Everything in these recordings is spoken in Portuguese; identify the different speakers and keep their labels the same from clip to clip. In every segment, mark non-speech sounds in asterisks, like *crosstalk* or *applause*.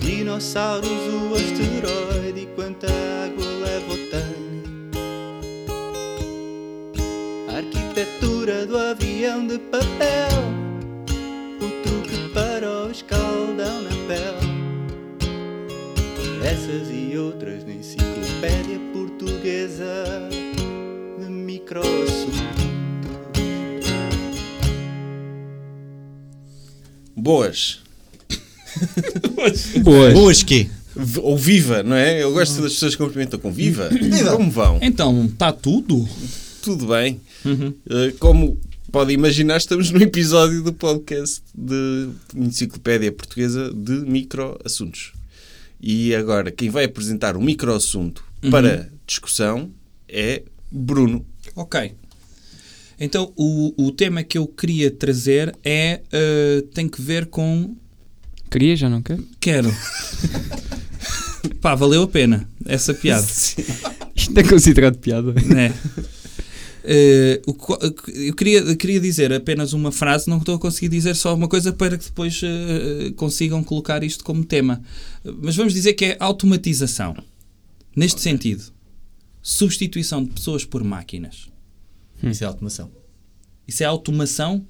Speaker 1: dinossauros, o asteroide e quanta água leva o tanque. A arquitetura do avião de papel, o truque para o escaldão na pele. Essas e outras na enciclopédia portuguesa de microassuntos.
Speaker 2: Boas.
Speaker 3: Boas.
Speaker 4: Boas que?
Speaker 2: V- Ou viva, não é? Eu gosto das pessoas que cumprimentam com viva. Como vão?
Speaker 3: Então, está tudo?
Speaker 2: Tudo bem. Eh, Como podem imaginar, estamos num episódio do podcast de Enciclopédia Portuguesa de Microassuntos. E agora, quem vai apresentar o microassunto para discussão é Bruno.
Speaker 3: Ok. Então, o, o tema que eu queria trazer é. eh, tem que ver com.
Speaker 5: Queria, já não quer?
Speaker 3: Quero. Pá, valeu a pena essa piada.
Speaker 5: Isto é considerado piada.
Speaker 3: né? *laughs* Eh, o qual- eu queria, eu queria dizer apenas uma frase, não estou a conseguir dizer só uma coisa para que depois eh, consigam colocar isto como tema. Mas vamos dizer que é automatização. Neste sentido, substituição de pessoas por máquinas.
Speaker 2: Hum.
Speaker 4: Isso é automação.
Speaker 3: Isso é automação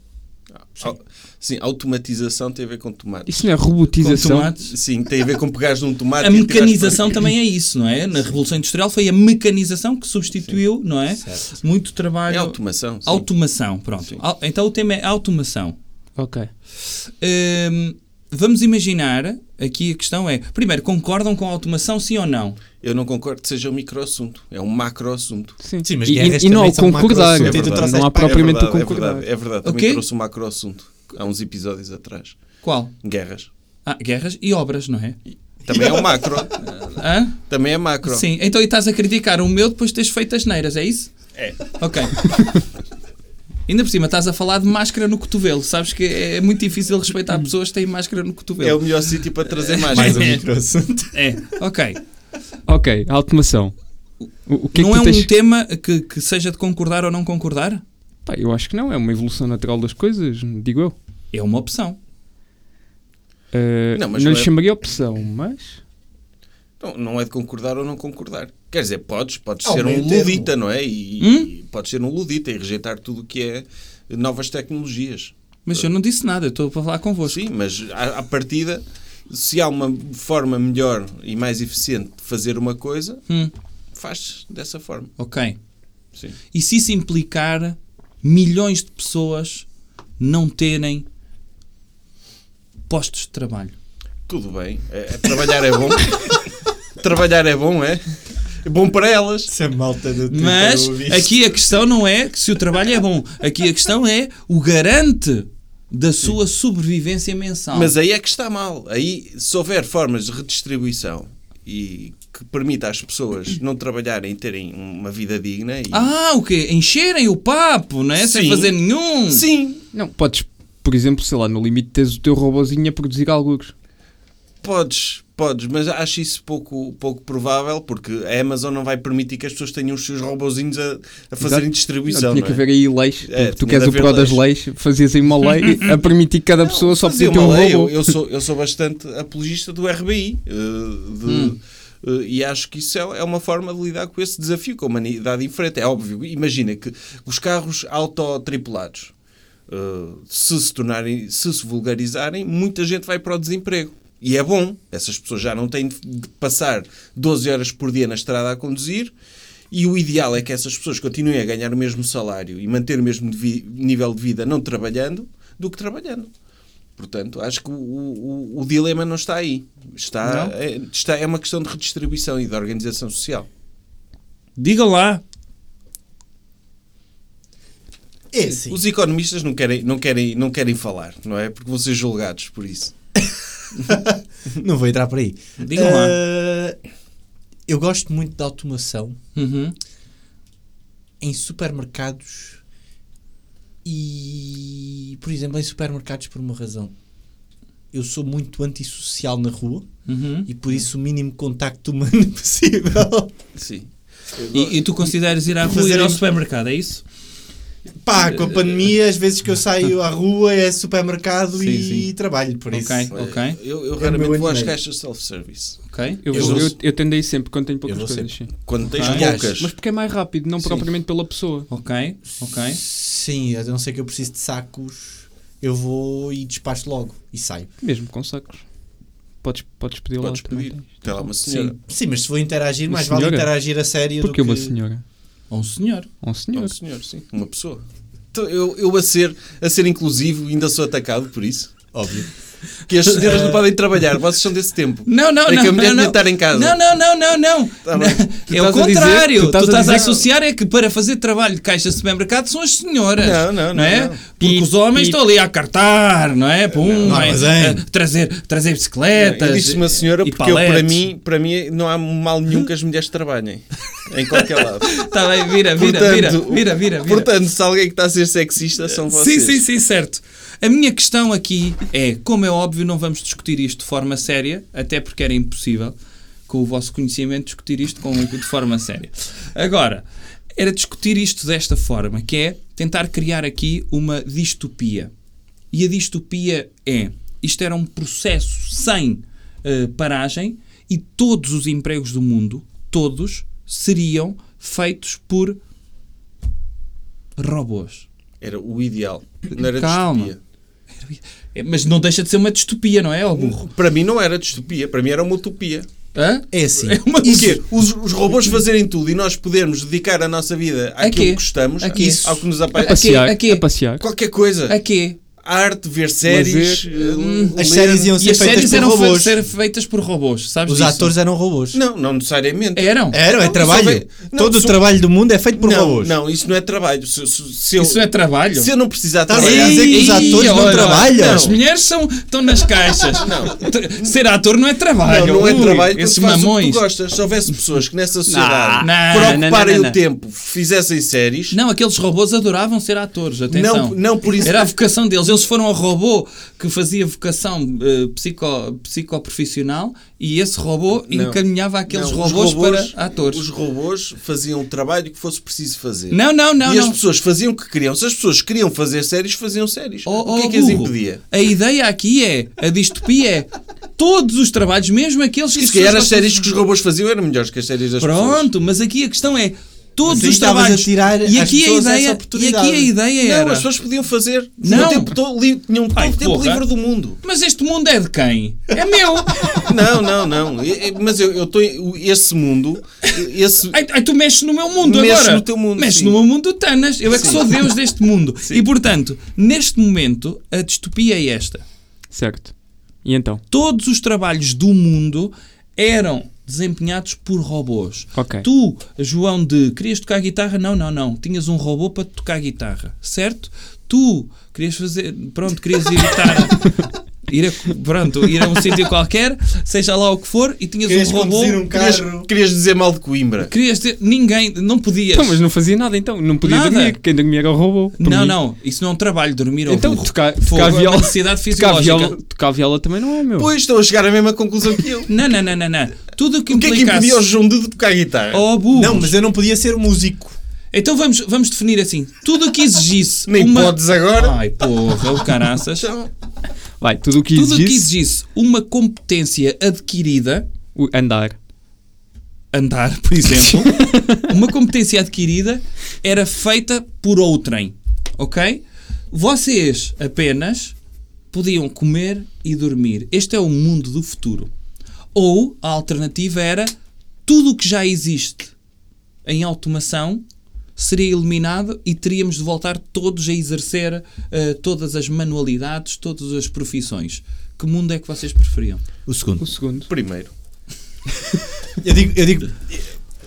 Speaker 2: Au- Sim, automatização tem a ver com tomate.
Speaker 5: Isso não é
Speaker 3: com
Speaker 5: robotização?
Speaker 3: tomates?
Speaker 2: Sim, Ah, tem a ver com pegares num tomate
Speaker 3: A
Speaker 2: e atirares
Speaker 3: mecanização
Speaker 2: para-
Speaker 3: também é isso, não é? Na Revolução Industrial foi a mecanização que substituiu, não é? Muito trabalho.
Speaker 2: É automação. sim.
Speaker 3: Automação, pronto.
Speaker 2: Sim.
Speaker 3: Au- Então o tema é automação.
Speaker 5: Ok.
Speaker 3: Hum, vamos imaginar, aqui a questão é, primeiro, concordam com a automação, sim ou não?
Speaker 2: Eu não concordo que seja um microassunto, é um macroassunto.
Speaker 5: Sim.
Speaker 4: Sim, mas
Speaker 5: e,
Speaker 4: guerras
Speaker 5: e não
Speaker 4: também
Speaker 5: ao
Speaker 4: são
Speaker 5: concordar.
Speaker 4: macroassuntos. E tu trouxeste
Speaker 5: não há
Speaker 4: pá, é
Speaker 5: propriamente
Speaker 2: é
Speaker 5: o
Speaker 2: verdade,
Speaker 5: concordar.
Speaker 2: é verdade, é verdade. Também
Speaker 3: Ok?
Speaker 2: trouxe um macroassunto há uns episódios atrás.
Speaker 3: Qual?
Speaker 2: Guerras.
Speaker 3: Ah, guerras e obras, não é?
Speaker 2: Também é um macro.
Speaker 3: Hã?
Speaker 2: Também é macro.
Speaker 3: Sim, então e estás a criticar o meu depois de teres feito as neiras, é isso?
Speaker 2: É.
Speaker 3: Ok. *laughs* Ainda por cima, estás a falar de máscara no cotovelo. Sabes que é muito difícil respeitar pessoas que têm máscara no
Speaker 2: É o
Speaker 3: cotovelo.
Speaker 2: melhor sítio para trazer
Speaker 4: Mais um
Speaker 2: máscara.
Speaker 4: microassunto.
Speaker 3: É, ok.
Speaker 5: Ok, automação. O, o que
Speaker 3: não
Speaker 5: é
Speaker 3: é
Speaker 5: que
Speaker 3: um
Speaker 5: tu tens...
Speaker 3: tema que, que seja de concordar ou não concordar?
Speaker 5: Pá, eu acho que não, é uma evolução natural das coisas, digo eu.
Speaker 3: É uma opção.
Speaker 5: Ah,
Speaker 2: Não,
Speaker 5: não,
Speaker 2: mas
Speaker 5: lhe
Speaker 2: não é-
Speaker 5: chamaria opção, mas.
Speaker 2: Não, não é de concordar ou não concordar. Quer dizer, podes, podes
Speaker 4: Ao
Speaker 2: ser um
Speaker 4: meio termo.
Speaker 2: ludita, não é? E,
Speaker 3: Hum?
Speaker 2: e podes ser um ludita e rejeitar tudo o que é novas tecnologias.
Speaker 3: Mas eu não disse nada, eu estou para falar convosco.
Speaker 2: Sim, mas à, à partida, se há uma forma melhor e mais eficiente de fazer uma coisa,
Speaker 3: Hum,
Speaker 2: faz dessa forma.
Speaker 3: ok.
Speaker 2: Sim.
Speaker 3: E se isso implicar milhões de pessoas não terem postos de trabalho?
Speaker 2: Tudo bem. É- é- trabalhar é bom. trabalhar é bom, é? É bom para elas.
Speaker 4: Essa malta do Twitter
Speaker 3: Mas
Speaker 4: ouve isto.
Speaker 3: aqui a questão não é que se o trabalho é bom. Aqui a questão é o garante da sua sobrevivência mensal.
Speaker 2: Mas aí é que está mal. Aí, se houver formas de redistribuição e que permita às pessoas não trabalharem e terem uma vida digna e...
Speaker 3: Ah, o quê? Encherem o papo, não é? Sem
Speaker 2: Sim.
Speaker 3: fazer nenhum.
Speaker 2: Sim,
Speaker 5: Não, podes, por exemplo, sei lá, no limite teres o teu robozinho a produzir algures.
Speaker 2: podes, podes, mas acho isso pouco, pouco provável porque a Amazon não vai permitir que as pessoas tenham os seus robozinhos a, a fazerem
Speaker 5: Exato.
Speaker 2: distribuição.
Speaker 5: Não, tinha
Speaker 2: não
Speaker 5: que
Speaker 2: é?
Speaker 5: haver aí leis.
Speaker 2: É,
Speaker 5: tu tu
Speaker 2: tinha
Speaker 5: queres
Speaker 2: de
Speaker 5: o
Speaker 2: haver
Speaker 5: pró das leis, fazias aí uma
Speaker 2: *laughs*
Speaker 5: lei a permitir que cada pessoa só
Speaker 2: Fazia
Speaker 5: podia ter um
Speaker 2: uma lei,
Speaker 5: robô.
Speaker 2: Eu, eu sou, eu sou bastante apologista do RBI eh, de-
Speaker 5: Hum.
Speaker 2: eh, e acho que isso é, é uma forma de lidar com esse desafio que a humanidade enfrenta. É óbvio, imagina que os carros autotripulados eh, se se tornarem, se se vulgarizarem, muita gente vai para o desemprego. E é bom, essas pessoas já não têm de- de passar 12 horas por dia na estrada a conduzir. E o ideal é que essas pessoas continuem a ganhar o mesmo salário e manter o mesmo devi- nível de vida não trabalhando do que trabalhando. Portanto, acho que o, o, o dilema não está aí. Está,
Speaker 3: Não?
Speaker 2: É, está, é uma questão de redistribuição e de organização social.
Speaker 3: Digam lá.
Speaker 4: É sim.
Speaker 2: Os economistas não querem, não, querem, não querem falar, não é? Porque vão ser julgados por isso.
Speaker 4: Não vou entrar por aí.
Speaker 3: Digam
Speaker 4: lá. Eu gosto muito da automação
Speaker 3: Uhum.
Speaker 4: em supermercados e, por exemplo, em supermercados por uma razão. Eu sou muito antissocial na rua
Speaker 3: Uhum.
Speaker 4: e por isso o mínimo contacto humano *laughs* possível.
Speaker 2: Sim.
Speaker 3: E, e tu consideras ir à rua e ir
Speaker 4: Fazerem-
Speaker 3: ao supermercado, é isso?
Speaker 4: Pá, com a pandemia, as vezes que eu saio à rua é supermercado
Speaker 3: Sim,
Speaker 4: e
Speaker 3: sim.
Speaker 4: trabalho, por isso.
Speaker 3: Ok.
Speaker 2: É, Eu, eu
Speaker 4: o
Speaker 2: raramente
Speaker 4: meu
Speaker 2: vou às
Speaker 4: e-mail.
Speaker 2: caixas self-service.
Speaker 3: Ok?
Speaker 5: Eu,
Speaker 2: Eu
Speaker 5: eu,
Speaker 2: vou-
Speaker 5: eu, eu tendo aí sempre quando tenho
Speaker 4: Eu
Speaker 5: poucas
Speaker 4: vou
Speaker 5: coisas. sim.
Speaker 2: Quando tens
Speaker 3: Ok.
Speaker 2: poucas.
Speaker 5: Mas porque é mais rápido, não
Speaker 3: Sim.
Speaker 5: propriamente pela pessoa.
Speaker 3: Ok, ok.
Speaker 4: Sim, a não ser que eu precise de sacos, eu vou e despacho logo e saio.
Speaker 5: Mesmo com sacos. Podes, podes pedir Então
Speaker 2: Podes
Speaker 5: lá. também
Speaker 2: pedir.
Speaker 5: tens.
Speaker 2: Tem lá uma senhora.
Speaker 4: Sim, mas se vou interagir,
Speaker 5: Uma
Speaker 4: mais vale
Speaker 5: senhora?
Speaker 4: interagir a sério
Speaker 5: Porquê
Speaker 4: do que...
Speaker 5: uma senhora?
Speaker 3: Ou um senhor.
Speaker 5: Ou Um senhor.
Speaker 2: Um senhor, sim. Uma pessoa. Então, eu, eu a, ser, a ser inclusivo ainda sou atacado por isso.
Speaker 4: Óbvio.
Speaker 2: Que as senhoras não podem trabalhar. Vocês são desse tempo.
Speaker 3: Não, não,
Speaker 2: É
Speaker 3: não.
Speaker 2: que a mulher devia
Speaker 3: não, não.
Speaker 2: estar em casa.
Speaker 3: Não, não, não, não, não.
Speaker 2: Tá
Speaker 3: *laughs*
Speaker 2: bem.
Speaker 5: Tu
Speaker 3: É o
Speaker 5: estás a dizer-
Speaker 3: contrário.
Speaker 5: tu
Speaker 3: tu
Speaker 5: estás
Speaker 3: estás,
Speaker 5: a
Speaker 3: a,
Speaker 5: dizer-
Speaker 3: associar é que para fazer trabalho de caixa de supermercado são as senhoras.
Speaker 2: Não, não, não,
Speaker 3: é?
Speaker 2: não.
Speaker 3: Porque
Speaker 5: E-
Speaker 3: os homens
Speaker 5: e-
Speaker 3: estão ali a cartar, não é? Pum,
Speaker 4: não,
Speaker 3: é,
Speaker 4: mas, hein?
Speaker 3: a trazer, trazer bicicletas.
Speaker 2: Eu disse uma senhora
Speaker 3: e
Speaker 2: porque eu, para,
Speaker 3: paletes.
Speaker 2: mim, para mim não há mal nenhum que as mulheres trabalhem. Em qualquer lado.
Speaker 3: Tá bem, vira, *laughs* vira,
Speaker 2: Portanto,
Speaker 3: vira, vira, vira, vira.
Speaker 2: Portanto, se alguém que está a ser sexista são
Speaker 3: Sim,
Speaker 2: vocês.
Speaker 3: sim, sim, certo. A minha questão aqui é, como é óbvio, não vamos discutir isto de forma séria, até porque era impossível, com o vosso conhecimento, discutir isto com, de forma séria. Agora, era discutir isto desta forma, que é tentar criar aqui uma distopia. E a distopia é, isto era um processo sem eh, paragem e todos os empregos do mundo, todos, seriam feitos por robôs.
Speaker 2: Era o ideal. Não era
Speaker 3: Calma.
Speaker 2: distopia.
Speaker 3: É, Mas não deixa de ser uma distopia, não é, ó burro?
Speaker 2: Para mim não era distopia. Para mim era uma utopia.
Speaker 3: Hã?
Speaker 4: É assim.
Speaker 3: É uma
Speaker 2: E quê? Os, os robôs fazerem tudo e nós podermos dedicar a nossa vida
Speaker 3: A
Speaker 2: àquilo
Speaker 3: quê?
Speaker 2: que gostamos,
Speaker 3: A quê?
Speaker 2: ao que nos
Speaker 5: A
Speaker 2: apaga.
Speaker 5: passear.
Speaker 3: aqui.
Speaker 5: A passear.
Speaker 2: Qualquer coisa.
Speaker 3: A É quê?
Speaker 2: Arte, ver séries.
Speaker 5: Lazer.
Speaker 2: eh, ler.
Speaker 4: As séries iam
Speaker 3: E
Speaker 4: ser
Speaker 3: Hum. as
Speaker 4: feitas
Speaker 3: séries
Speaker 4: por
Speaker 3: eram fe-
Speaker 4: robôs.
Speaker 3: ser feitas por robôs, sabes?
Speaker 4: Os
Speaker 3: disso?
Speaker 4: atores eram robôs.
Speaker 2: Não, não necessariamente.
Speaker 3: eram.
Speaker 4: Eram, é
Speaker 2: Não, só
Speaker 4: trabalho.
Speaker 2: ve- não,
Speaker 4: Todo o
Speaker 2: só-
Speaker 4: trabalho do mundo é feito por
Speaker 2: não,
Speaker 4: robôs.
Speaker 2: não, isso não é trabalho. Se, se- se eu,
Speaker 3: Isso é trabalho.
Speaker 2: se eu não precisar
Speaker 4: Estás a
Speaker 2: trabalhar. é
Speaker 4: dizer que os
Speaker 3: Ih,
Speaker 4: atores não
Speaker 3: olha,
Speaker 4: trabalham?
Speaker 3: As mulheres são, estão nas caixas. T- Ser ator não é trabalho.
Speaker 2: Não, não é
Speaker 3: Ui,
Speaker 2: trabalho porque
Speaker 3: Esses
Speaker 2: tu fazes o que
Speaker 3: mamões.
Speaker 2: tu gostas. Se houvesse pessoas que *laughs* nessa sociedade,
Speaker 3: não,
Speaker 2: para
Speaker 3: não, não,
Speaker 2: ocuparem
Speaker 3: não, não.
Speaker 2: o tempo, fizessem séries,
Speaker 3: Não, aqueles robôs adoravam ser atores, atenção.
Speaker 2: Não- não por isso-
Speaker 3: Era a vocação deles. Eles foram ao robô que fazia vocação eh, psico, psicoprofissional e esse robô
Speaker 2: Não.
Speaker 3: encaminhava aqueles
Speaker 2: não, os
Speaker 3: robôs, para atores.
Speaker 2: Os robôs faziam o trabalho que fosse preciso fazer.
Speaker 3: Não, não, não,
Speaker 2: e as
Speaker 3: não.
Speaker 2: pessoas faziam o que queriam. Se as pessoas queriam fazer séries, faziam séries.
Speaker 3: Oh,
Speaker 2: o que
Speaker 3: oh,
Speaker 2: é que as
Speaker 3: burro,
Speaker 2: impedia?
Speaker 3: A ideia aqui é, a distopia é todos os trabalhos, mesmo aqueles que
Speaker 2: Se calhar as séries que os robôs faziam eram melhores que as séries das pessoas.
Speaker 3: Pronto, mas aqui a questão é todos
Speaker 4: Mas aí
Speaker 3: os
Speaker 4: estavas
Speaker 3: trabalhos.
Speaker 4: a tirar
Speaker 3: e
Speaker 4: às
Speaker 3: aqui a
Speaker 4: pessoas essa
Speaker 3: ideia, e aqui
Speaker 4: oportunidade.
Speaker 3: a ideia era.
Speaker 2: Não, as pessoas podiam fazer.
Speaker 3: Não.
Speaker 2: Tinham tempo todo li- tinham todo
Speaker 3: Ai,
Speaker 2: o tempo
Speaker 3: porra.
Speaker 2: livre do mundo.
Speaker 3: Mas este mundo é de quem? É meu.
Speaker 2: Não, não, não. E- e- Mas eu estou. Esse mundo. Esse,
Speaker 3: Ai, ai, tu mexes no meu mundo
Speaker 2: Mexes
Speaker 3: agora.
Speaker 2: no teu mundo,
Speaker 3: Mexes
Speaker 2: sim.
Speaker 3: no meu mundo, Tanas. Eu é que sou Deus deste
Speaker 2: *laughs*
Speaker 3: mundo. E portanto, neste momento, a distopia é esta.
Speaker 5: Certo. E então?
Speaker 3: todos os trabalhos do mundo eram desempenhados por robôs.
Speaker 5: Ok.
Speaker 3: Tu, João de, querias tocar guitarra? Não, não, não. Tinhas um robô para te tocar guitarra, certo? Tu querias fazer, pronto, querias ir guitarra.
Speaker 5: *laughs*
Speaker 3: Ir a, pronto, ir a um sítio qualquer, seja lá o que for, e tinhas
Speaker 4: Querias
Speaker 3: um robô.
Speaker 4: conduzir um
Speaker 2: querias,
Speaker 4: carro.
Speaker 2: querias dizer mal de Coimbra.
Speaker 3: Querias ter, ninguém, não podias.
Speaker 5: Então, mas não fazia nada então. Não podia
Speaker 3: Nada.
Speaker 5: dormir. Quem dormia era o robô. Por
Speaker 3: não,
Speaker 5: mim.
Speaker 3: não, isso não é um trabalho, dormir ao
Speaker 5: Então,
Speaker 3: burro.
Speaker 5: tocar,
Speaker 3: Fogo,
Speaker 5: tocar
Speaker 3: é uma
Speaker 5: viola.
Speaker 3: necessidade
Speaker 5: Tocar
Speaker 3: fisiológica.
Speaker 5: viola, tocar viola também não é, meu.
Speaker 2: Pois estou a chegar à mesma conclusão que eu.
Speaker 3: Não, não, não, não, não. Tudo o que
Speaker 2: O que é que
Speaker 3: implicasse...
Speaker 2: impedia o João de tocar guitarra?
Speaker 3: Oh, burro.
Speaker 4: Não, mas eu não podia ser músico.
Speaker 3: Então vamos, vamos definir assim: tudo o que exigisse.
Speaker 2: Nem
Speaker 3: uma...
Speaker 2: podes agora.
Speaker 3: Ai, porra, o caraças.
Speaker 5: Vai, tudo o que
Speaker 3: tudo o que
Speaker 5: exigisse,
Speaker 3: exigisse uma competência adquirida,
Speaker 5: o andar.
Speaker 3: andar, por exemplo, uma competência adquirida era feita por outrem. Ok? Vocês apenas podiam comer e dormir. Este é o mundo do futuro. Ou a alternativa era tudo o que já existe em automação seria eliminado e teríamos de voltar todos a exercer eh, todas as manualidades, todas as profissões. Que mundo é que vocês preferiam?
Speaker 4: O segundo.
Speaker 5: O segundo.
Speaker 2: Primeiro.
Speaker 4: Eu digo, eu digo,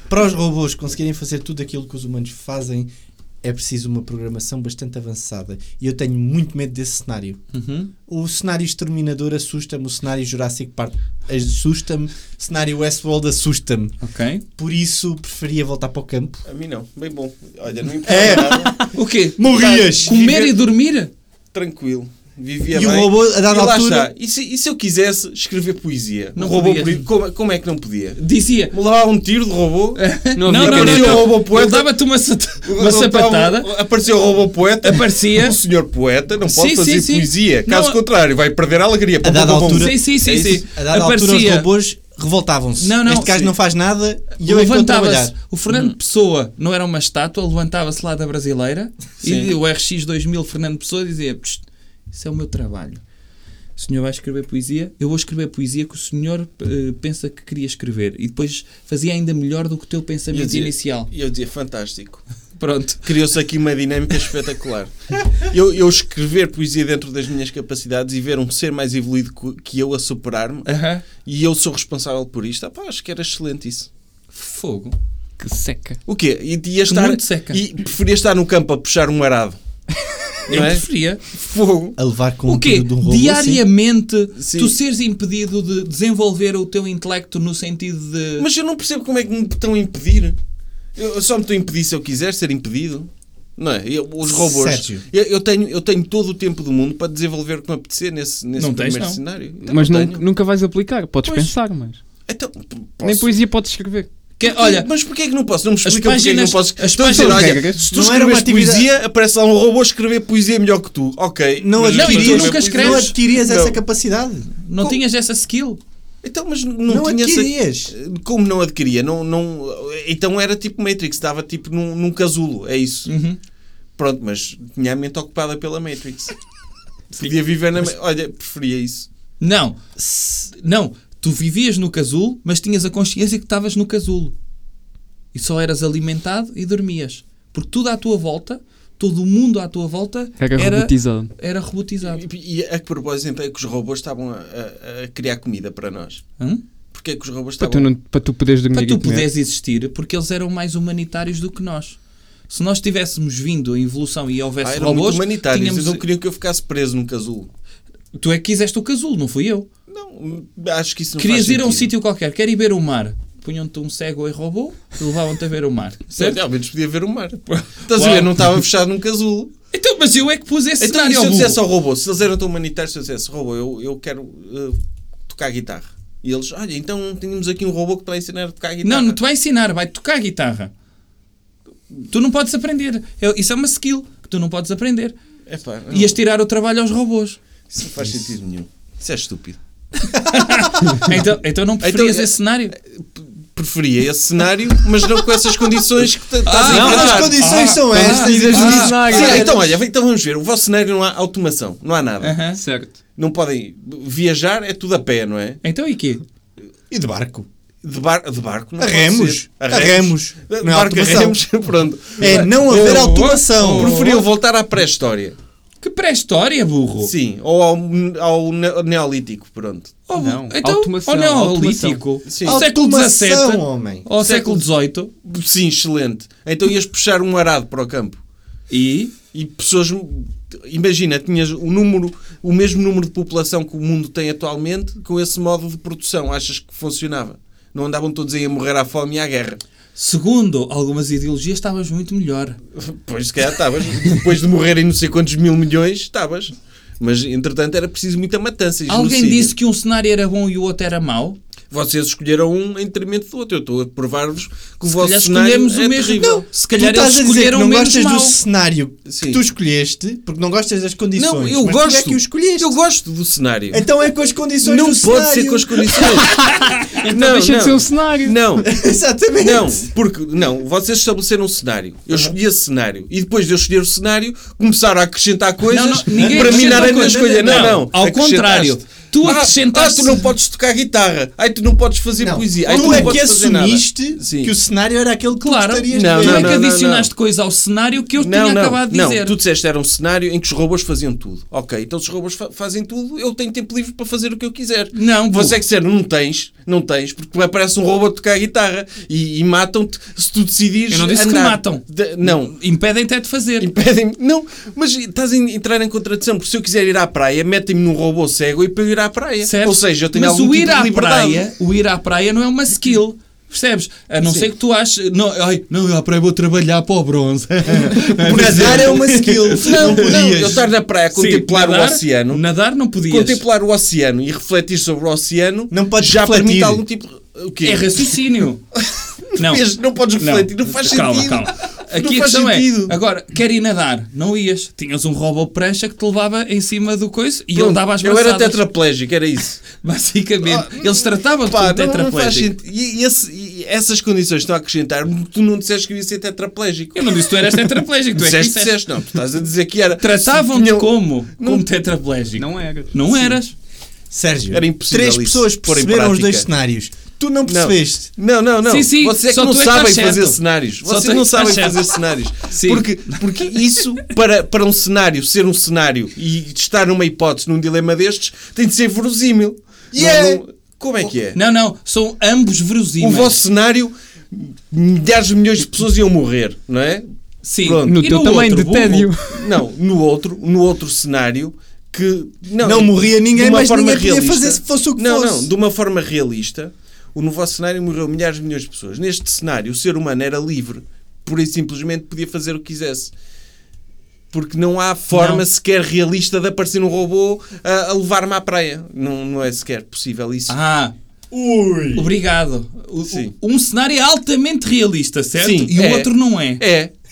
Speaker 4: para os robôs conseguirem fazer tudo aquilo que os humanos fazem, é preciso uma programação bastante avançada. E eu tenho muito medo desse cenário.
Speaker 2: Uhum.
Speaker 4: O cenário Exterminador assusta-me, o cenário Jurassic Park assusta-me, o cenário Westworld assusta-me.
Speaker 3: Ok?
Speaker 4: Por isso, preferia voltar para o campo.
Speaker 2: A mim não. Bem É. bom. Olha, não importa nada.
Speaker 3: O quê?
Speaker 4: Morrias!
Speaker 3: Comer e dormir?
Speaker 2: Tranquilo. vivia
Speaker 4: E o
Speaker 2: bem.
Speaker 4: robô, a dada
Speaker 2: e lá
Speaker 4: altura-
Speaker 2: está. E se, e se eu quisesse escrever poesia?
Speaker 3: Não
Speaker 2: o robô,
Speaker 3: podia.
Speaker 2: podia- como, como é que não podia?
Speaker 3: Dizia.
Speaker 2: Levava um tiro de robô.
Speaker 3: Não,
Speaker 5: Não
Speaker 3: não,
Speaker 5: havia
Speaker 3: não, não.
Speaker 2: apareceu o robô
Speaker 3: Ele
Speaker 2: um poeta.
Speaker 3: dava-te uma, sat- É, uma
Speaker 2: Ele dava-
Speaker 3: sapatada,
Speaker 2: um- Apareceu o robô poeta.
Speaker 3: aparecia.
Speaker 2: O senhor poeta não pode
Speaker 3: Sim,
Speaker 2: fazer
Speaker 3: sim, sim.
Speaker 2: poesia. Caso
Speaker 3: Não,
Speaker 2: contrário, vai perder a alegria.
Speaker 4: A dada
Speaker 2: Pum, pum, pum, pum.
Speaker 4: altura-
Speaker 3: Sim, sim, sim,
Speaker 2: É
Speaker 3: sim.
Speaker 2: isso.
Speaker 4: A dada altura, os
Speaker 3: Aparecia.
Speaker 4: robôs revoltavam-se.
Speaker 3: Não, não,
Speaker 4: este gajo
Speaker 3: sim.
Speaker 4: não faz nada e eu é que vou
Speaker 3: levantava-se.
Speaker 4: trabalhar.
Speaker 3: O
Speaker 5: Hum.
Speaker 3: Fernando Pessoa não era uma estátua, levantava-se lá da brasileira e
Speaker 2: Sim.
Speaker 3: o RX2000 Fernando Pessoa dizia: "Psst, Isso é o meu trabalho. O senhor vai escrever poesia? Eu vou escrever poesia que o senhor eh, pensa que queria escrever. E depois fazia ainda melhor do que o teu
Speaker 2: E
Speaker 3: pensamento
Speaker 2: eu dizia-
Speaker 3: inicial.
Speaker 2: E eu dizia, fantástico.
Speaker 3: Pronto.
Speaker 2: Criou-se aqui uma dinâmica espetacular. Eu, eu escrever poesia dentro das minhas capacidades e ver um ser mais evoluído co- que eu a superar-me
Speaker 3: Aham.
Speaker 2: e eu sou responsável por isto. Ah, pá, acho que era excelente isso.
Speaker 3: Fogo.
Speaker 5: Que seca.
Speaker 2: O quê? E ia estar,
Speaker 3: Muito seca.
Speaker 2: E preferia estar no campo a puxar um arado.
Speaker 3: Eu
Speaker 2: Não é?
Speaker 3: preferia.
Speaker 2: Fogo.
Speaker 4: A levar com
Speaker 3: o quê?
Speaker 4: tudo de um robô. sim.
Speaker 3: Diariamente
Speaker 2: Sim.
Speaker 3: tu seres impedido de desenvolver o teu intelecto no sentido de.
Speaker 2: Mas eu não percebo como é que me estão a impedir. Eu eu só me estou a impedir se eu quiser ser impedido. Não é? Eu- os robôs.
Speaker 4: Sérgio.
Speaker 2: Eu, eu tenho, eu tenho todo o tempo do mundo para desenvolver o que me apetecer nesse, nesse
Speaker 3: Não tens,
Speaker 2: primeiro
Speaker 3: não.
Speaker 2: cenário. Então,
Speaker 5: mas
Speaker 2: não
Speaker 5: nu-
Speaker 2: tenho.
Speaker 5: nunca vais aplicar. Podes
Speaker 2: Pois.
Speaker 5: pensar, mas.
Speaker 2: Então, p-
Speaker 5: Nem
Speaker 2: posso.
Speaker 5: poesia podes escrever.
Speaker 3: Que- olha,
Speaker 2: mas porquê é que não posso? Não me explica porquê é que
Speaker 3: páginas-
Speaker 2: não posso.
Speaker 3: as
Speaker 2: Estão a dizer,
Speaker 3: páginas-
Speaker 2: olha, se tu
Speaker 4: Não era uma
Speaker 2: escreves
Speaker 4: atividade-
Speaker 2: poesia, aparece lá um robô a escrever poesia melhor que tu. Ok.
Speaker 4: Não
Speaker 2: mas eu
Speaker 3: adquirias-
Speaker 2: estou a escrever
Speaker 3: nunca
Speaker 4: adquirias,
Speaker 2: poesia.
Speaker 3: escreves.
Speaker 4: não adquirias
Speaker 2: Não.
Speaker 4: essa capacidade.
Speaker 3: não tinhas essa skill.
Speaker 2: Então, mas não,
Speaker 4: Não,
Speaker 2: tinha essa-
Speaker 4: adquirias.
Speaker 2: Como não adquiria? Não, não... Então era tipo Matrix, estava tipo num, num casulo, é isso.
Speaker 3: Uhum.
Speaker 2: Pronto, mas tinha a mente ocupada pela Matrix.
Speaker 3: *laughs*
Speaker 2: Podia viver na. Ma- Olha, preferia isso.
Speaker 3: Não. S- Não. Tu vivias no casulo, mas tinhas a consciência que estavas no casulo. E só eras alimentado e dormias. Porque tudo à tua volta, todo o mundo à tua volta
Speaker 5: Era, robotizado.
Speaker 3: era robotizado.
Speaker 2: E, e a que propósito então é que os robôs estavam a, a- a criar comida para nós?
Speaker 3: Hã?
Speaker 2: Porquê é que os robôs
Speaker 5: Para tu,
Speaker 2: estavam.
Speaker 5: não, Tá para tu poderes dormir
Speaker 3: Para tu
Speaker 5: e comer.
Speaker 3: poderes existir, porque eles eram mais humanitários do que nós. Se nós tivéssemos vindo em evolução e
Speaker 2: Ah,
Speaker 3: houvesse
Speaker 2: eram muito
Speaker 3: robôs,
Speaker 2: humanitários.
Speaker 3: tínhamos-
Speaker 2: Eles não queriam que eu ficasse preso num casulo.
Speaker 3: tu é que quiseste o casulo, não fui eu.
Speaker 2: Não, acho que isso não
Speaker 3: Querias
Speaker 2: faz
Speaker 3: ir a um
Speaker 2: sentido.
Speaker 3: sítio qualquer, quer ir ver o mar. Punham-te um cego e robô e levavam-te a ver o mar.
Speaker 2: *laughs* Certo?
Speaker 3: Certo?
Speaker 2: Ao menos podia ver o
Speaker 3: *laughs*
Speaker 2: mar. Estás a
Speaker 3: Uau.
Speaker 2: ver? Não estava fechado num casulo.
Speaker 3: Então, mas eu é que pus esse
Speaker 2: Então, e
Speaker 3: cenário
Speaker 2: se
Speaker 3: ao
Speaker 2: eu
Speaker 3: burro.
Speaker 2: dissesse ao robô, se eles eram tão humanitários, se eu dissesse, robô, eu, eu quero eh, tocar guitarra. E eles, olha, então tínhamos aqui um robô que te vai ensinar a tocar guitarra.
Speaker 3: Não, não te vai ensinar, vai tocar guitarra. Tu não podes aprender. É- Isso é uma skill que tu não podes aprender.
Speaker 2: Epá, não.
Speaker 3: Ias tirar o trabalho
Speaker 2: *laughs*
Speaker 3: aos robôs.
Speaker 2: Isso não faz sentido nenhum. Isso é estúpido.
Speaker 3: Então, então não preferias
Speaker 2: Então,
Speaker 3: esse cenário?
Speaker 2: Preferia esse cenário, mas não com essas condições que t- estás a
Speaker 4: Ah, não,
Speaker 2: encontrar.
Speaker 4: as condições são estas. e
Speaker 5: Ah,
Speaker 4: dizes-
Speaker 5: cenário.
Speaker 2: Sim, então, olha, então vamos ver. O vosso cenário não há automação, não há
Speaker 4: É.
Speaker 2: nada.
Speaker 3: Aham.
Speaker 5: Certo.
Speaker 2: Não podem viajar, é tudo a pé, não é?
Speaker 3: Então e quê?
Speaker 4: E de barco.
Speaker 2: De, bar, de barco, não
Speaker 4: A
Speaker 2: pode
Speaker 4: remos.
Speaker 2: ser.
Speaker 4: A remos.
Speaker 2: De
Speaker 4: Não é
Speaker 2: barco a
Speaker 4: automação.
Speaker 2: remos, *laughs* pronto.
Speaker 4: É não haver
Speaker 2: Eu-
Speaker 4: automação.
Speaker 2: Preferiam voltar à pré-história.
Speaker 3: Que pré-história, burro.
Speaker 2: Sim, ou ao, ao ne- neolítico, pronto.
Speaker 3: Oh,
Speaker 5: Não,
Speaker 3: Então,
Speaker 5: automação,
Speaker 3: ao neolítico,
Speaker 2: Sim.
Speaker 3: ao século
Speaker 4: Automação,
Speaker 3: XVII,
Speaker 4: homem.
Speaker 3: ao século XVIII,
Speaker 2: Sim, excelente. Então ias puxar um arado para o campo.
Speaker 3: e
Speaker 2: E pessoas... Imagina, tinhas o número, o mesmo número de população que o mundo tem atualmente com esse modo de produção. Achas que funcionava? Não andavam todos aí a morrer à fome e à guerra.
Speaker 3: segundo algumas ideologias, estavas muito melhor.
Speaker 2: Pois, se calhar estavas. Depois de morrerem não sei quantos mil milhões, estavas. Mas, entretanto, era preciso muita matança e
Speaker 3: Alguém
Speaker 2: genocídio.
Speaker 3: disse que um cenário era bom e o outro era mau?
Speaker 2: Vocês escolheram um em detrimento do outro. Eu estou a provar-vos que o
Speaker 3: Se
Speaker 2: vosso
Speaker 3: calhar
Speaker 2: cenário
Speaker 3: escolhemos o
Speaker 2: é
Speaker 3: mesmo.
Speaker 2: terrível.
Speaker 3: Não, se calhar
Speaker 4: tu
Speaker 3: eles
Speaker 4: estás a dizer que
Speaker 3: escolheram o
Speaker 4: não
Speaker 3: menos
Speaker 4: gostas
Speaker 3: mau.
Speaker 4: do cenário
Speaker 2: Sim.
Speaker 4: que tu escolheste, porque não gostas das condições.
Speaker 2: Não, eu
Speaker 4: mas
Speaker 2: gosto.
Speaker 4: Tu é que o escolheste.
Speaker 2: Eu gosto do cenário.
Speaker 4: Então é com as condições
Speaker 2: não
Speaker 4: do
Speaker 2: pode
Speaker 4: cenário.
Speaker 2: ser com as condições. não,
Speaker 5: Deixa
Speaker 2: não.
Speaker 5: de ser um cenário.
Speaker 2: Não.
Speaker 4: *laughs* Exatamente.
Speaker 2: Não, porque não, vocês estabeleceram um cenário. Eu
Speaker 3: Uhum.
Speaker 2: escolhi esse cenário e depois de eu escolher o cenário, começaram a acrescentar coisas
Speaker 3: Não, não, ninguém
Speaker 2: para minar a
Speaker 3: acrescentou
Speaker 2: minha
Speaker 3: coisa.
Speaker 2: escolha. Não,
Speaker 3: Não,
Speaker 2: não.
Speaker 3: ao
Speaker 2: acrescentaste.
Speaker 3: contrário. Tu
Speaker 2: Ah,
Speaker 3: acrescentaste-
Speaker 2: Ah, tu não podes tocar guitarra. Ai, tu não podes fazer
Speaker 4: Não.
Speaker 2: poesia. Ai,
Speaker 4: tu,
Speaker 2: tu, não
Speaker 4: é que
Speaker 2: podes fazer nada.
Speaker 4: assumiste
Speaker 2: Sim.
Speaker 4: que o cenário era aquele que
Speaker 3: Claro,
Speaker 4: tu gostarias
Speaker 2: Não,
Speaker 4: de
Speaker 3: tu é
Speaker 4: ver.
Speaker 3: que
Speaker 2: não, não,
Speaker 3: adicionaste
Speaker 2: não.
Speaker 3: coisa ao cenário que eu tinha acabado de dizer.
Speaker 2: Não, tu disseste era um cenário em que os robôs faziam tudo. Ok, então se os robôs fa- fazem tudo, eu tenho tempo livre para fazer o que eu quiser.
Speaker 3: Não, burro.
Speaker 2: Você é que disser, não tens, não tens, porque me aparece um robô a tocar guitarra e, e matam-te se tu decidires.
Speaker 3: Eu não disse que
Speaker 2: andar.
Speaker 3: matam.
Speaker 2: De- não.
Speaker 3: Impedem até é de
Speaker 2: *laughs*
Speaker 3: fazer.
Speaker 2: Impedem-me. Não, mas estás a entrar em contradição, porque se eu quiser ir à praia, metem-me num robô cego e para eu ir à praia.
Speaker 3: Certo?
Speaker 2: Ou seja, eu tenho
Speaker 3: Mas
Speaker 2: algum
Speaker 3: o ir
Speaker 2: tipo
Speaker 3: à
Speaker 2: de liberdade.
Speaker 3: praia, o ir à praia não é uma skill. Percebes? A não ser que tu aches. Não, ai, não, eu à praia vou trabalhar para o bronze.
Speaker 4: Nadar é uma skill.
Speaker 2: Não,
Speaker 4: Não,
Speaker 2: não, eu
Speaker 4: podias.
Speaker 2: estar na praia, contemplar o oceano,
Speaker 3: Nadar não podias.
Speaker 2: contemplar o oceano e refletir sobre o oceano,
Speaker 4: Não podes
Speaker 2: já
Speaker 4: refletir.
Speaker 2: permite algum tipo o quê? *laughs*
Speaker 3: É raciocínio. não.
Speaker 2: Vês, não podes refletir, não, faz
Speaker 3: calma,
Speaker 2: sentido.
Speaker 3: Calma, Aqui a
Speaker 2: faz
Speaker 3: questão
Speaker 2: sentido.
Speaker 3: é, agora, quer ir nadar? Não ias. Tinhas um robô prancha que te levava em cima do coiso e ele
Speaker 2: Pronto,
Speaker 3: dava as
Speaker 2: eu era
Speaker 3: braçadas.
Speaker 2: tetraplégico, era
Speaker 3: *laughs*
Speaker 2: isso.
Speaker 3: Basicamente. Eles tratavam-te
Speaker 2: Pá,
Speaker 3: como
Speaker 2: não, não faz
Speaker 3: tetraplégico.
Speaker 2: sentido. E, e esse- e essas condições estão a acrescentar, tu não disseste que eu ia ser tetraplégico.
Speaker 3: Eu não disse que tu eras tetraplégico. Tu é que
Speaker 2: disseste,
Speaker 3: disseste.
Speaker 2: disseste, não, tu estás a dizer que era.
Speaker 3: Tratavam-te
Speaker 2: Tinham-
Speaker 3: como? Como tetraplégico.
Speaker 5: Não eras.
Speaker 3: Não eras.
Speaker 4: Sérgio,
Speaker 2: Era impossível
Speaker 4: três
Speaker 2: isso,
Speaker 4: pessoas
Speaker 2: pôr em
Speaker 4: perceberam os dois
Speaker 2: prática.
Speaker 4: cenários. Tu não
Speaker 2: Não.
Speaker 4: percebeste.
Speaker 2: Não, não, não.
Speaker 3: Sim, sim,
Speaker 2: Vocês é
Speaker 3: só
Speaker 2: que não
Speaker 3: tu é que estás
Speaker 2: sabem fazer
Speaker 3: certo.
Speaker 2: cenários.
Speaker 3: Só tu é
Speaker 2: Vocês
Speaker 3: que
Speaker 2: não
Speaker 3: estás
Speaker 2: sabem
Speaker 3: certo.
Speaker 2: fazer cenários.
Speaker 3: Sim.
Speaker 2: Porque, porque isso, para, para um cenário, ser um cenário e estar numa hipótese, num dilema destes, tem de ser verosímil.
Speaker 4: E
Speaker 2: Não-
Speaker 4: é.
Speaker 2: não- como é que é?
Speaker 3: Não, é. não. São ambos
Speaker 2: o
Speaker 3: verosímeis.
Speaker 2: vosso cenário, milhares de milhões de pessoas iam morrer, não é?
Speaker 3: Sim.
Speaker 2: Pronto.
Speaker 5: No
Speaker 3: E
Speaker 5: teu tamanho
Speaker 3: outro,
Speaker 5: de
Speaker 3: burro?
Speaker 5: tédio.
Speaker 2: Não, no outro, no outro cenário que não,
Speaker 4: Não morria ninguém,
Speaker 2: de uma
Speaker 4: mas
Speaker 2: forma
Speaker 4: ninguém podia fazer se fosse o que
Speaker 2: não,
Speaker 4: fosse.
Speaker 2: Não, de uma forma realista, o- no vosso cenário morreu milhares de milhões de pessoas. Neste cenário, o ser humano era livre, pura e simplesmente podia fazer o que quisesse. Porque não há forma
Speaker 3: Não.
Speaker 2: sequer realista de aparecer um robô a, a levar-me à praia. Não, não é sequer possível isso.
Speaker 3: Ah,
Speaker 4: Ui.
Speaker 3: obrigado. O-
Speaker 2: Sim.
Speaker 3: o- um cenário é altamente realista, certo?
Speaker 2: Sim,
Speaker 3: e o
Speaker 2: é.
Speaker 3: outro não é.
Speaker 2: É.
Speaker 4: *laughs*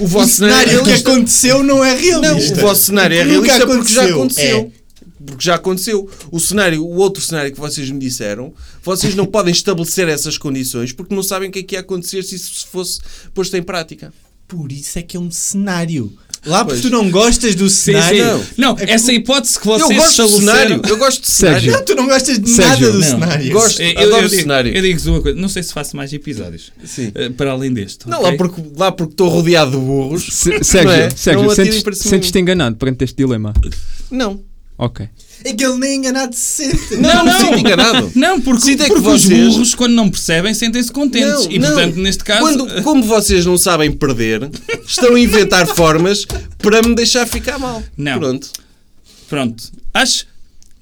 Speaker 2: O, o vosso é
Speaker 4: cenário é que
Speaker 2: realista-
Speaker 4: aconteceu não é
Speaker 2: Não, o
Speaker 4: realista.
Speaker 2: vosso cenário é
Speaker 4: Nunca
Speaker 2: realista porque já
Speaker 4: aconteceu. É.
Speaker 2: aconteceu.
Speaker 3: É.
Speaker 2: Porque já aconteceu. O cenário, o outro cenário que vocês me disseram, vocês não podem estabelecer essas condições porque não sabem o que é que ia acontecer se isso fosse posto em prática.
Speaker 4: Por isso é que é um cenário. Lá porque
Speaker 2: Pois.
Speaker 4: tu não gostas do cenário.
Speaker 2: Não. É
Speaker 3: Não, essa hipótese que
Speaker 2: Eu
Speaker 3: vocês
Speaker 2: gosto de
Speaker 3: estabeleceram.
Speaker 2: cenário. Eu gosto de
Speaker 5: Sérgio.
Speaker 2: cenário.
Speaker 4: Não, tu não gostas de
Speaker 5: Sérgio,
Speaker 4: nada do
Speaker 3: não.
Speaker 4: cenário.
Speaker 2: Gosto.
Speaker 3: Eu,
Speaker 2: Adoro
Speaker 3: digo,
Speaker 2: cenário.
Speaker 3: eu digo-vos uma coisa, não sei se faço mais episódios
Speaker 2: Sim.
Speaker 3: eh, para além deste.
Speaker 2: Não,
Speaker 3: ok?
Speaker 2: lá porque lá porque estou rodeado de burros.
Speaker 5: Se-
Speaker 2: Não é?
Speaker 5: Sérgio, Sérgio,
Speaker 2: Não atirem
Speaker 5: sentes-
Speaker 2: para cima de mim.
Speaker 5: sentes-te enganado perante este dilema.
Speaker 2: Não.
Speaker 5: Ok.
Speaker 4: É que ele nem enganado se sente.
Speaker 3: Não, não.
Speaker 2: Sinto enganado.
Speaker 3: Não, porque,
Speaker 2: Sinto é que
Speaker 3: porque os
Speaker 2: vocês-
Speaker 3: burros, quando não percebem, sentem-se contentes.
Speaker 2: Não,
Speaker 3: e,
Speaker 2: não.
Speaker 3: portanto, neste caso,
Speaker 2: Quando- como vocês não sabem perder, estão a inventar formas para me deixar ficar mal.
Speaker 3: Não.
Speaker 2: Pronto.
Speaker 3: pronto. Acho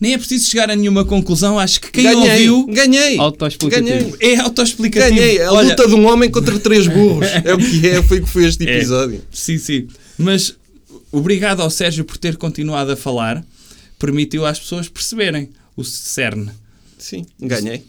Speaker 3: nem é preciso chegar a nenhuma conclusão. Acho que quem
Speaker 2: ganhei.
Speaker 3: ouviu
Speaker 2: Ganhei.
Speaker 5: Autoexplicativo.
Speaker 2: Ganhei.
Speaker 3: é autoexplicativo.
Speaker 2: Ganhei a
Speaker 3: Olha,
Speaker 2: luta de um homem contra três burros. É o que é, foi o que foi este
Speaker 3: *laughs* É.
Speaker 2: episódio.
Speaker 3: Sim, sim. Mas obrigado ao Sérgio por ter continuado a falar. Permitiu às pessoas perceberem o cerne.
Speaker 2: Sim, ganhei.